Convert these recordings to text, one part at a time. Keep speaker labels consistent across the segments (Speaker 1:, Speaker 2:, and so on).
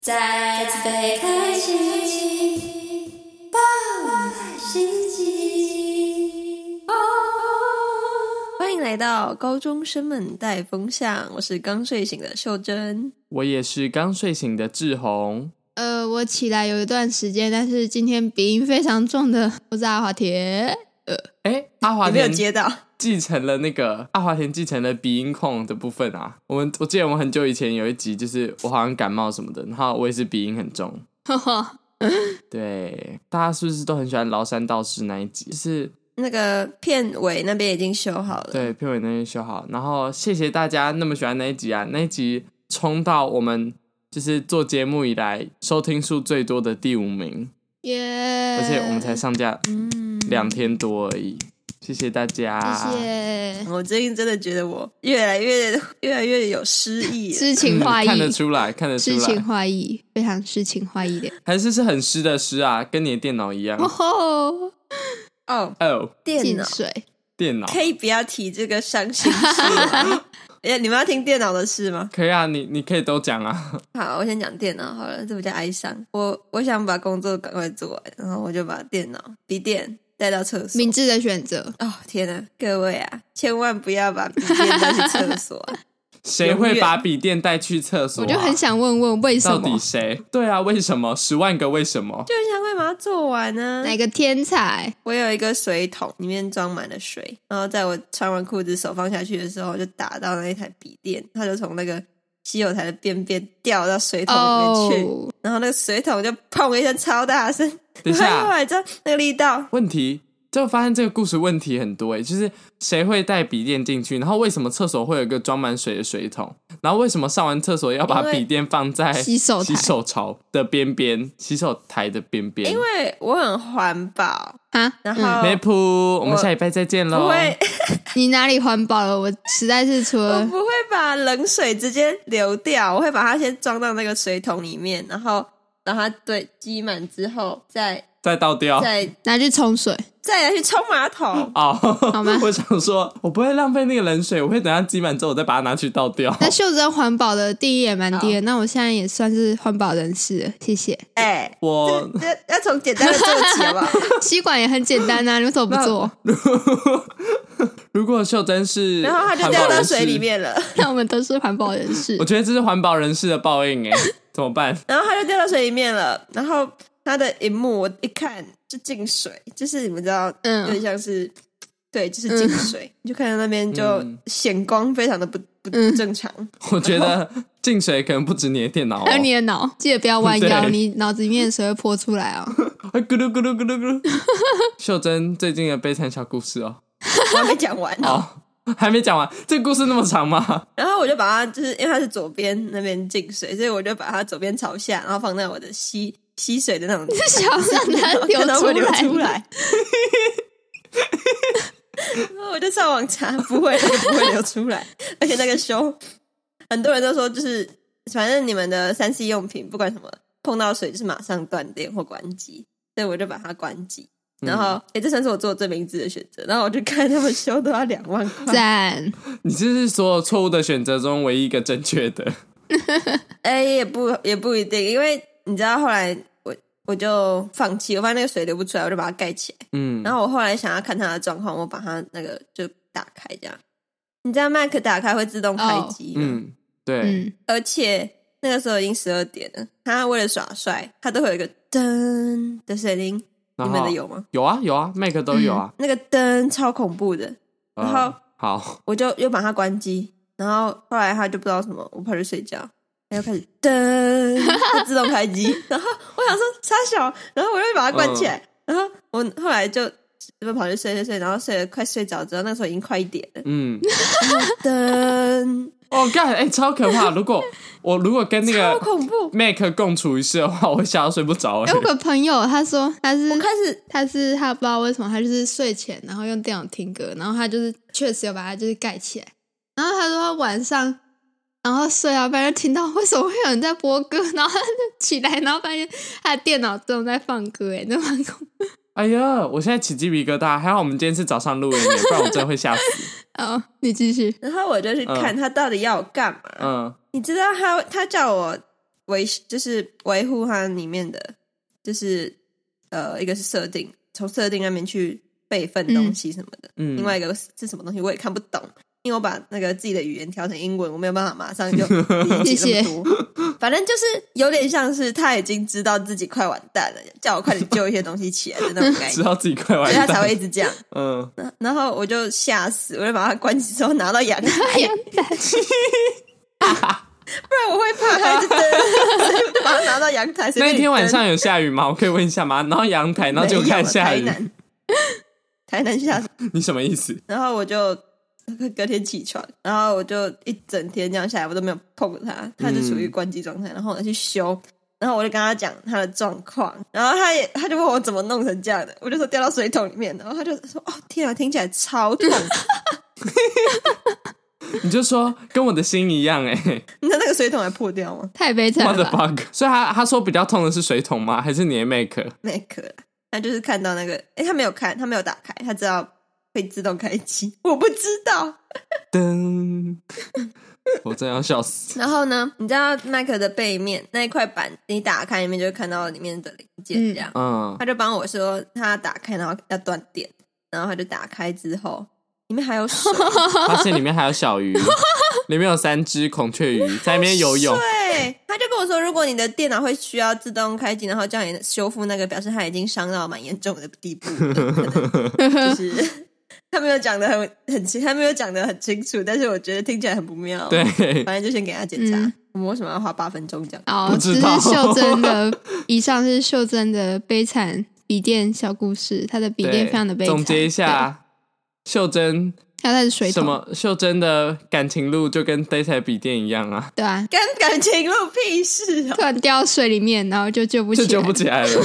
Speaker 1: 再次被开启，爆满心机。
Speaker 2: 欢迎来到高中生们带风向，我是刚睡醒的秀珍。
Speaker 3: 我也是刚睡醒的志宏，
Speaker 4: 呃，我起来有一段时间，但是今天鼻音非常重的，我是阿华田。呃
Speaker 3: 哎，阿华
Speaker 2: 有没有
Speaker 3: 田
Speaker 2: 接到？
Speaker 3: 继承了那个阿华田继承了鼻音控的部分啊。我们我记得我们很久以前有一集，就是我好像感冒什么的，然后我也是鼻音很重。对，大家是不是都很喜欢崂山道士那一集？就是
Speaker 2: 那个片尾那边已经修好了。
Speaker 3: 对片尾那边修好，然后谢谢大家那么喜欢那一集啊，那一集冲到我们就是做节目以来收听数最多的第五名，
Speaker 4: 耶、
Speaker 3: 而且我们才上架
Speaker 2: 嗯，
Speaker 3: 两天多而已。谢谢大家，嗯
Speaker 4: 谢谢，
Speaker 2: 我最近真的觉得我越来越 越来越有诗意了。
Speaker 4: 诗情画
Speaker 3: 嗯看得
Speaker 4: 意，
Speaker 3: 出来，看得出
Speaker 4: 诗情
Speaker 3: 来，
Speaker 4: 画意，非常诗情画意的。
Speaker 3: 还是是很湿的湿啊，跟你的电脑一样。
Speaker 4: 哦
Speaker 3: 哦，
Speaker 4: 吼，
Speaker 2: 哦电
Speaker 4: 进
Speaker 2: 脑
Speaker 4: 水，
Speaker 3: 电脑
Speaker 2: 可以不要提这个伤心事 吗？哎，你们要听电脑的事吗？
Speaker 3: 可以啊，你你可以都讲啊。
Speaker 2: 好，我先讲电脑好了，这比较哀伤。我我想把工作赶快做完，然后我就把电脑笔电带到厕所。
Speaker 4: 明智的选择。
Speaker 2: 哦天哪，各位啊，千万不要把笔电带去厕 所啊、
Speaker 3: 谁会把笔电带去厕所、
Speaker 4: 我
Speaker 3: 啊？
Speaker 4: 就很想问问，为什
Speaker 3: 到底
Speaker 4: 么
Speaker 3: 谁？对啊，为什么？十万个为什么？
Speaker 2: 就很想快把它做完呢、
Speaker 4: 哪个天才
Speaker 2: 我有一个水桶，里面装满了水，然后在我穿完裤子手放下去的时候，就打到那一台笔电，它就从那个洗手台的边边掉到水桶里面去
Speaker 4: 哦？
Speaker 2: 然后那个水桶就砰一声超大声，
Speaker 3: 等一
Speaker 2: 然后
Speaker 3: 下，
Speaker 2: 来之后那个力道
Speaker 3: 问题就发现这个故事问题很多诶、欸就是谁会带笔电进去？然后为什么厕所会有一个装满水的水桶？然后为什么上完厕所要把
Speaker 2: 因为
Speaker 3: 笔电放在
Speaker 4: 洗手台
Speaker 3: 洗手槽的边边、洗手台的边边？
Speaker 2: 因为我很环保，
Speaker 4: 啊？
Speaker 2: 然
Speaker 4: 嗯
Speaker 2: 后
Speaker 3: 梅普，我们
Speaker 2: 我
Speaker 3: 下礼拜再见喽。
Speaker 2: 不会，
Speaker 4: 你哪里环保了？我实在是除
Speaker 3: 哦
Speaker 2: 我
Speaker 4: 了
Speaker 2: 不会把冷水直接流掉，我会把它先装到那个水桶里面，然后 让它对积满之后，再
Speaker 3: 再倒掉。
Speaker 2: 再
Speaker 4: 拿去冲水，
Speaker 2: 再来去冲马 桶。
Speaker 3: 哦，
Speaker 4: 好吗
Speaker 3: 我想说，我不会浪费那个冷水，我会等它积满之后，我再把它拿去倒掉。
Speaker 4: 那秀珍环保的定义也蛮低的，那我现在也算是环保人士了，谢谢。
Speaker 2: 哎、
Speaker 3: 我
Speaker 2: 这这要从简单的做起，好不 好？
Speaker 4: 吸管也很简 单啊，你为什么不做？
Speaker 3: 如果秀珍是，
Speaker 2: 然后它就掉到水里。面了，
Speaker 4: 那我们都是环保人士
Speaker 3: 我，觉得这是环保人士的报应哎， 怎么办？
Speaker 2: 然后它就掉到水里面了，然后它的荧幕我一看就进水，就是你们知道，
Speaker 4: 嗯
Speaker 2: 有点像是。对，就是进水，你就看到那边就
Speaker 3: 嗯
Speaker 2: 显光非常的不不
Speaker 4: 嗯
Speaker 2: 不正常，
Speaker 3: 我觉得进水可能不止你的电脑、哦，
Speaker 4: 还有你的脑，记得不要弯腰，
Speaker 3: 对
Speaker 4: 你脑子里面的水会泼出来哦。
Speaker 3: 哎咕噜咕噜咕噜 咕噜。秀珍最近的悲惨小故事哦，
Speaker 2: 我还没讲 完呢。
Speaker 3: 哦， 还没讲完，这个故事那么长吗？
Speaker 2: 然后我就把它，就是因为它是左边那边进水，所以我就把它左边朝下，然后放在我的吸吸水的那种地方，
Speaker 4: 想让它流
Speaker 2: 看它会
Speaker 4: 出
Speaker 2: 流
Speaker 4: 来，
Speaker 2: 出来。 然后我就上网查，不会，那个不会流出来。而且那个修，很多人都说，就是反正你们的三 C 用品，不管什么，碰到水就是马上断电或关机，所以我就把它关机。然后，哎、这算是我做的最明智的选择。然后我就看他们 修都要两万块，
Speaker 4: 赞！
Speaker 3: 你这是所有错误的选择中唯一一个正确 的。
Speaker 2: 哎、也不也不一定，因为你知道后来我我就放弃，我发现那个水流不出来，我就把它盖起来。
Speaker 3: 嗯，
Speaker 2: 然后我后来想要看它的状况，我把它那个就打开这样。你知道 Mac 打开会自动开机吗
Speaker 3: 嗯，对，
Speaker 4: 嗯，
Speaker 2: 而且那个时候已经十二点了，他为了耍帅，他都会有一个噔的声音，你
Speaker 3: 然
Speaker 2: 们
Speaker 3: 后
Speaker 2: 的有吗？
Speaker 3: 有啊有啊，Mac 都有啊。
Speaker 2: 那个噔超恐怖的，嗯然后
Speaker 3: 呃好，
Speaker 2: 我就又把它关机，然后后来它就不知道什么，我跑去睡觉，它又开始噔，它自动开机， 然后我想说傻小，然后我又把它关起来，然后我后来就就跑去睡睡睡，然后睡得快睡着之后，那时候已经快一点了，
Speaker 3: 嗯，
Speaker 2: 噔，
Speaker 3: 哦，干，哎，超可 怕！如果我如果跟那
Speaker 2: 超
Speaker 3: 个
Speaker 2: 恐 怖，
Speaker 3: Mac 共处一室的话，我会吓到睡不着。哎
Speaker 4: 哎，我有个朋友他说他是
Speaker 2: 我开始
Speaker 4: 他是他不知道为什么，他就是睡前然后用电脑听歌，然后他就是确实有把它就是盖起来。然后他说他晚上，然后睡到半夜听到为什么会有人在播歌，然后他就起来，然后发现他的电脑正在放歌，哎，那蛮恐怖
Speaker 3: 哎呀，我现在起鸡皮疙瘩，还好我们今天是早上录音的，不然我真的会吓死。
Speaker 4: 哦。你继续，
Speaker 2: 然后我就去看
Speaker 3: 嗯
Speaker 2: 他到底要我干嘛。
Speaker 3: 嗯，
Speaker 2: 你知道他他叫我维就是维护它里面的，就是呃，一个是设定，从设定那边去备份东西什么的，
Speaker 3: 嗯，
Speaker 2: 另外一个是什么东西我也看不懂，因为我把那个自己的语言调成英文，我没有办法马上就理解那么多。反正就是有点像是他已经知道自己快完蛋了，叫我快点救一些东西起来的那种 感
Speaker 3: 知
Speaker 2: 觉，
Speaker 3: 道自己快
Speaker 2: 所
Speaker 3: 完
Speaker 2: 以他才
Speaker 3: 蛋，
Speaker 2: 会一直这样。
Speaker 3: 嗯，
Speaker 2: 然然后我就吓死，我就把它关起之后拿到阳 台，
Speaker 4: 哎呀，
Speaker 2: 不然我会怕它一直蹬，所以我 就把它拿到阳台。随
Speaker 3: 那
Speaker 2: 便
Speaker 3: 一天晚
Speaker 2: 你
Speaker 3: 上有下雨吗？我可以问一下吗？然后阳台，
Speaker 2: 蹬
Speaker 3: 然后就
Speaker 2: 没有
Speaker 3: 开始下
Speaker 2: 台
Speaker 3: 雨，
Speaker 2: 南，台南下
Speaker 3: 你什么意思？
Speaker 2: 然后我就 隔天起床，然后我就一整天这样下来，我都没有碰它，它就处于关机状态。然后我去修，然后我就跟他讲他的状况，然后他也他就问我怎么弄成这样的，我就说掉到水桶里面，然后他就说哦天啊，听起来超痛，
Speaker 3: 你就说跟我的心一样哎、欸、
Speaker 2: 你知道那个水桶还破掉吗？
Speaker 4: 太悲惨了
Speaker 3: ，mother
Speaker 4: 吧！
Speaker 3: bug。所以他他说比较痛的是水桶吗？还是你的 make？
Speaker 2: 那可了，他就是看到那个，诶，他没有看，他没有打开，他知道会自动开机，我不知道。
Speaker 3: 噔， 我真的要笑 死。
Speaker 2: 然后呢，你知道 Mac 的背面那一块板，你打开里面就会看到里面的零件
Speaker 4: 嗯
Speaker 2: 这样。
Speaker 3: 嗯
Speaker 2: 他就帮我说他打开，然后要断电，然后他就打开之后，里面还有水，
Speaker 3: 发现里面还有小鱼，里面有三只孔雀鱼在那边游 泳。
Speaker 2: 对，他就跟我说，如果你的电脑会需要自动开机，然后叫你修复那个，表示他已经伤到蛮严重的地步了，就是。 他没有讲的很很清，他没有讲的很清楚，但是我觉得听起来很不妙。，
Speaker 3: 对，
Speaker 2: 反正就先给他检查。
Speaker 4: 嗯
Speaker 2: 我们为什么要花八分钟讲？
Speaker 4: 好，
Speaker 3: 不
Speaker 4: 哦这
Speaker 3: 知
Speaker 4: 是
Speaker 3: 道
Speaker 4: 秀珍的，以上是秀珍的悲惨笔电小故事，她的笔
Speaker 3: 对
Speaker 4: 电非常的悲惨。
Speaker 3: 总结一下，秀珍
Speaker 4: 对，她的水
Speaker 3: 什
Speaker 4: 桶，
Speaker 3: 么？秀珍的感情路就跟 d a t a 笔电一样啊，
Speaker 4: 对啊，
Speaker 2: 跟感情有屁事哦
Speaker 4: 突！然掉到水里面，然后就救不起
Speaker 3: 就
Speaker 4: 来，
Speaker 3: 救不起来 了。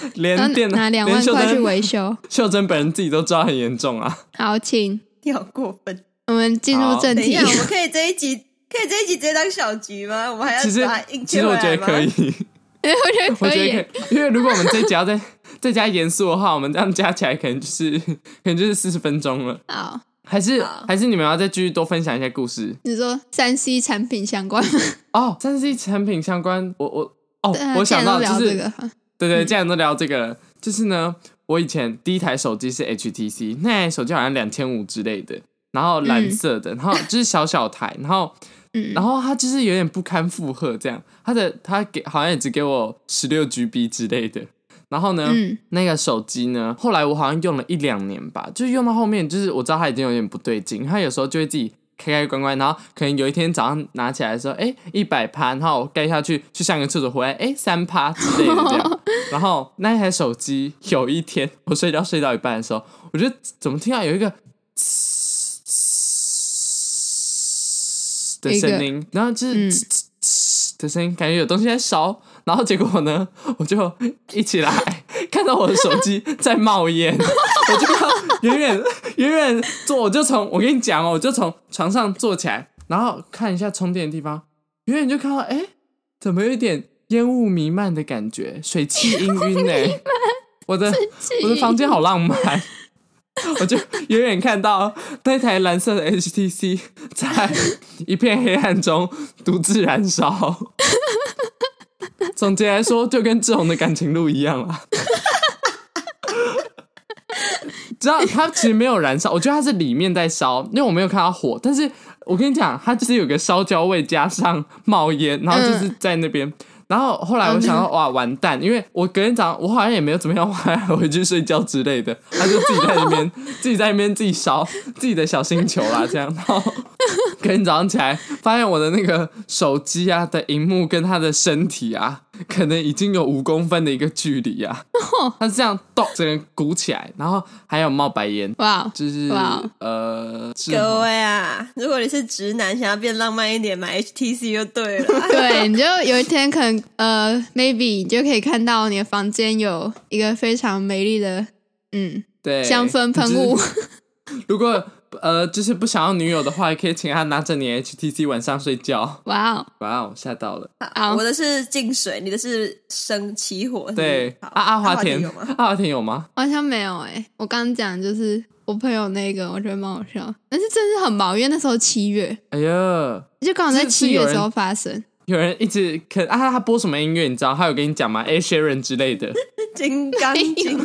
Speaker 4: 然
Speaker 3: 连
Speaker 4: 后
Speaker 3: 电
Speaker 4: 拿两
Speaker 3: 连
Speaker 4: 万
Speaker 3: 秀
Speaker 4: 块去
Speaker 3: 珍
Speaker 4: 维修。
Speaker 3: 秀珍本人自己都知道很严重啊。
Speaker 4: 好，请
Speaker 2: 你好过分。
Speaker 4: 我们进入
Speaker 3: 好
Speaker 4: 正
Speaker 2: 等一
Speaker 4: 题
Speaker 2: 下，。我们可以这一集， 可以这一集直接当小局吗？我们还要
Speaker 3: 其实
Speaker 2: 把它呃啊硬
Speaker 3: 其
Speaker 2: 切
Speaker 3: 实
Speaker 2: 回
Speaker 3: 我觉
Speaker 2: 来
Speaker 3: 得
Speaker 2: 吗？
Speaker 3: 可以，
Speaker 4: 我觉得
Speaker 3: 我
Speaker 4: 可
Speaker 3: 觉
Speaker 4: 以
Speaker 3: 得
Speaker 4: 耶，
Speaker 3: 可以，因为如果我们 这一集要再再加严肃的话，我们这样加起来可能就是 可能就是四十分钟了。
Speaker 4: 好，
Speaker 3: 还是
Speaker 2: 好
Speaker 3: 还是你们要再继续多分享一些故事
Speaker 4: 你说三 C 产品相关，，
Speaker 3: 哦，三 C 产品相关，我我哦 我想到
Speaker 4: 啊既然
Speaker 3: 就
Speaker 4: 都
Speaker 3: 是
Speaker 4: 聊这个，好
Speaker 3: 对对，既然都聊这个了，就是呢，我以前第一台手机是 HTC，那台手机好像两千五之类的，然后蓝色的，然后就是小小台，然后
Speaker 4: 嗯
Speaker 3: 然，后它就是有点不堪负荷这样，它的它给好像也只给我十六 GB 之类的，然后呢，
Speaker 4: 嗯
Speaker 3: 那个手机呢，后来我好像用了一两年吧，就是用到后面，就是我知道它已经有点不对劲，它有时候就会自己开开关关，然后可能有一天早上拿起来的时候，哎，一百趴，然后我盖下去去上个厕所回来，哎，三趴之类的这样。然后那台手机有一天我睡觉睡到一半的时候，我就怎么听啊到有一个的声音，然后就是
Speaker 4: 嗯
Speaker 3: 的声音，感觉有东西在烧。然后结果呢， 我就一起来看到我的手机在冒烟， 我就要远远远远坐，我就从我跟你讲哦，我就从床上坐起来，然后看一下充电的地方，远远就看到，哎、怎么有一点烟雾弥漫的感觉，水汽氤氲呢？我的我的房间好浪漫， 我就远远看到那台蓝色的 HTC 在一片黑暗中独自燃烧。 总结来说，就跟志宏的感情路一样啦。 知道它其实没有燃烧，我觉得它是里面在烧，因为我没有看到火。但是我跟你讲，它就是有个烧焦味加上冒烟，然后就是在那边。然后后来我想到，哇，完蛋！因为我隔天早上我好像也没有怎 么样，我还回去睡觉之类的，他就自己在那边自己在那边自己烧自己的小星球啦，这样。然后隔天早上起来，发现我的那个手机啊的荧幕跟他的身体啊，可能已经有五公分的一个距离啊，它是这样动，整个鼓起来，然后还有冒白烟，
Speaker 4: 哇，哦
Speaker 3: 就是
Speaker 4: 哇
Speaker 3: 呃，是
Speaker 2: 各位啊，如果你是直男，想要变浪漫一点，买 HTC 就对 了。
Speaker 4: 对，你就有一天可能 呃，maybe 你就可以看到你的房间有一个非常美丽的嗯
Speaker 3: 对
Speaker 4: 香氛喷雾
Speaker 3: 就，是如果呃，就是不想要女友的话，也可以请她拿着你的 HTC 晚上睡觉。
Speaker 4: 哇哦，
Speaker 3: 哇哦，吓到了！
Speaker 4: 好
Speaker 2: 我的是进水，你的是生起火。
Speaker 4: 嗯
Speaker 2: 是不是
Speaker 3: 对，
Speaker 2: 好
Speaker 3: 阿阿华田，
Speaker 2: 有吗？
Speaker 3: 阿华田有吗？
Speaker 4: 好像没有哎、我刚刚讲就是我朋友那个，我觉得蛮好笑，但是真的很毛，因为那时候七月，
Speaker 3: 哎呀，
Speaker 4: 就刚好在
Speaker 3: 是是
Speaker 4: 七月
Speaker 3: 有
Speaker 4: 的时
Speaker 3: 人
Speaker 4: 候发生，
Speaker 3: 有人一直可啊，他播什么音乐你知道？他有跟你讲吗？A Sharon 之类的，
Speaker 2: 金刚
Speaker 3: 哎
Speaker 2: 经，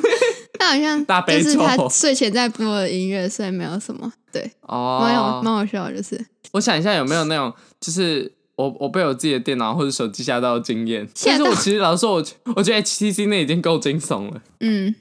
Speaker 4: 他好像
Speaker 3: 大悲
Speaker 4: 就
Speaker 3: 咒
Speaker 4: 是他睡前在播的音乐，所以没有什么对，蛮有
Speaker 3: 哦，
Speaker 4: 蛮好笑的，就是
Speaker 3: 我想一下有没有那种，就是我我被我自己的电脑或者手机吓到的经验。
Speaker 4: 吓
Speaker 3: 但
Speaker 4: 到
Speaker 3: 是我其实老实说，我我觉得 HTC 那已经够惊悚了。
Speaker 4: 嗯，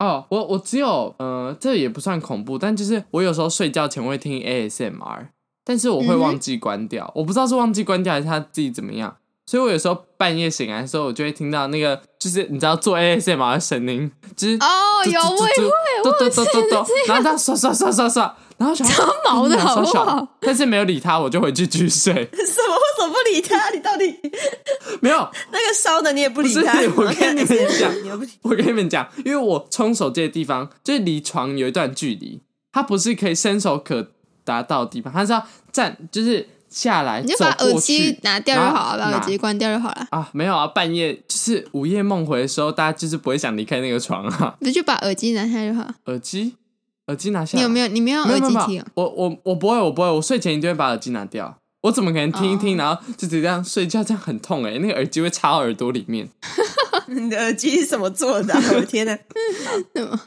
Speaker 3: 哦，我我只有呃，这也不算恐怖，但就是我有时候睡觉前会听 ASMR，但是
Speaker 4: 嗯
Speaker 3: 我会忘记关掉，我不知道是忘记关掉还是他自己怎么样，所以我有时候半夜醒来的时候，我就会听到那个就是你知道做 ASMR 的声音，就是
Speaker 4: 哦有我也
Speaker 3: 会，嘟嘟嘟嘟嘟，然后他刷刷刷刷刷，然后想说
Speaker 4: 超毛的
Speaker 3: 嗯
Speaker 4: 好不
Speaker 3: 小小
Speaker 4: 好
Speaker 3: 但是没有理他，我就回去继续睡，
Speaker 2: 什么？为什么不理他？你到底
Speaker 3: 没有，
Speaker 2: 那个烧的你也不理
Speaker 3: 不是
Speaker 2: 他？
Speaker 3: 我跟你们 讲
Speaker 2: 你又不理
Speaker 3: 我跟你们讲，因为我冲手机的地方就是离床有一段距离，它不是可以伸手可达到的地方，它是要站，就是下来
Speaker 4: 你就
Speaker 3: 走
Speaker 4: 把耳
Speaker 3: 过去
Speaker 4: 机拿掉就好了，
Speaker 3: 拿
Speaker 4: 把耳机关掉就好了，
Speaker 3: 啊，没有啊，半夜就是午夜梦回的时候，大家就是不会想离开那个床啊，
Speaker 4: 不就把耳机拿下就好。
Speaker 3: 耳机，耳机拿下
Speaker 4: 你
Speaker 3: 来，
Speaker 4: 有没有你没有
Speaker 3: 啊没
Speaker 4: 耳
Speaker 3: 有没
Speaker 4: 机
Speaker 3: 有没
Speaker 4: 听
Speaker 3: 有
Speaker 4: 哦？，
Speaker 3: 我我我不会，我不会，我睡前一定会把耳机拿掉。我怎么可能听一
Speaker 4: 哦
Speaker 3: 听然后就直接这样睡觉，这样很痛哎、那个耳机会插到耳朵里面。
Speaker 2: 他你的耳机是怎么做的啊、我的天哪！
Speaker 4: 对吗？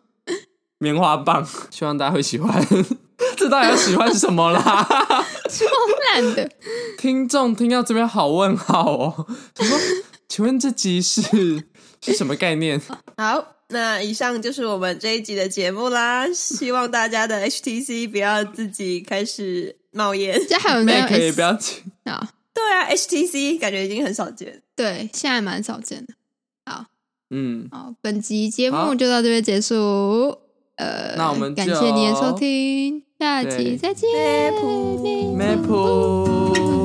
Speaker 3: 棉花棒， 希望大家会喜欢。 这到底要喜欢什么啦？
Speaker 4: 超烂的，
Speaker 3: 听众听到这边好问号哦，他说：“请问这集是是什么概念
Speaker 2: 好，那以上就是我们这一集的节目啦。希望大家的 HTC 不要自己开始冒烟。
Speaker 4: 这还有人在
Speaker 3: ？”Mac 也
Speaker 4: 用
Speaker 3: 哎不要紧，
Speaker 4: 啊？
Speaker 2: 对啊，HTC 感觉已经很少见。
Speaker 4: 对，现在蛮少见的。
Speaker 3: 嗯，
Speaker 4: 好，本集节目
Speaker 3: 好
Speaker 4: 就到这边结束。呃，
Speaker 3: 那我们
Speaker 4: 感
Speaker 3: 就
Speaker 4: 谢您的收听，下集
Speaker 3: 对
Speaker 4: 再见。
Speaker 2: Maple
Speaker 3: 梅普。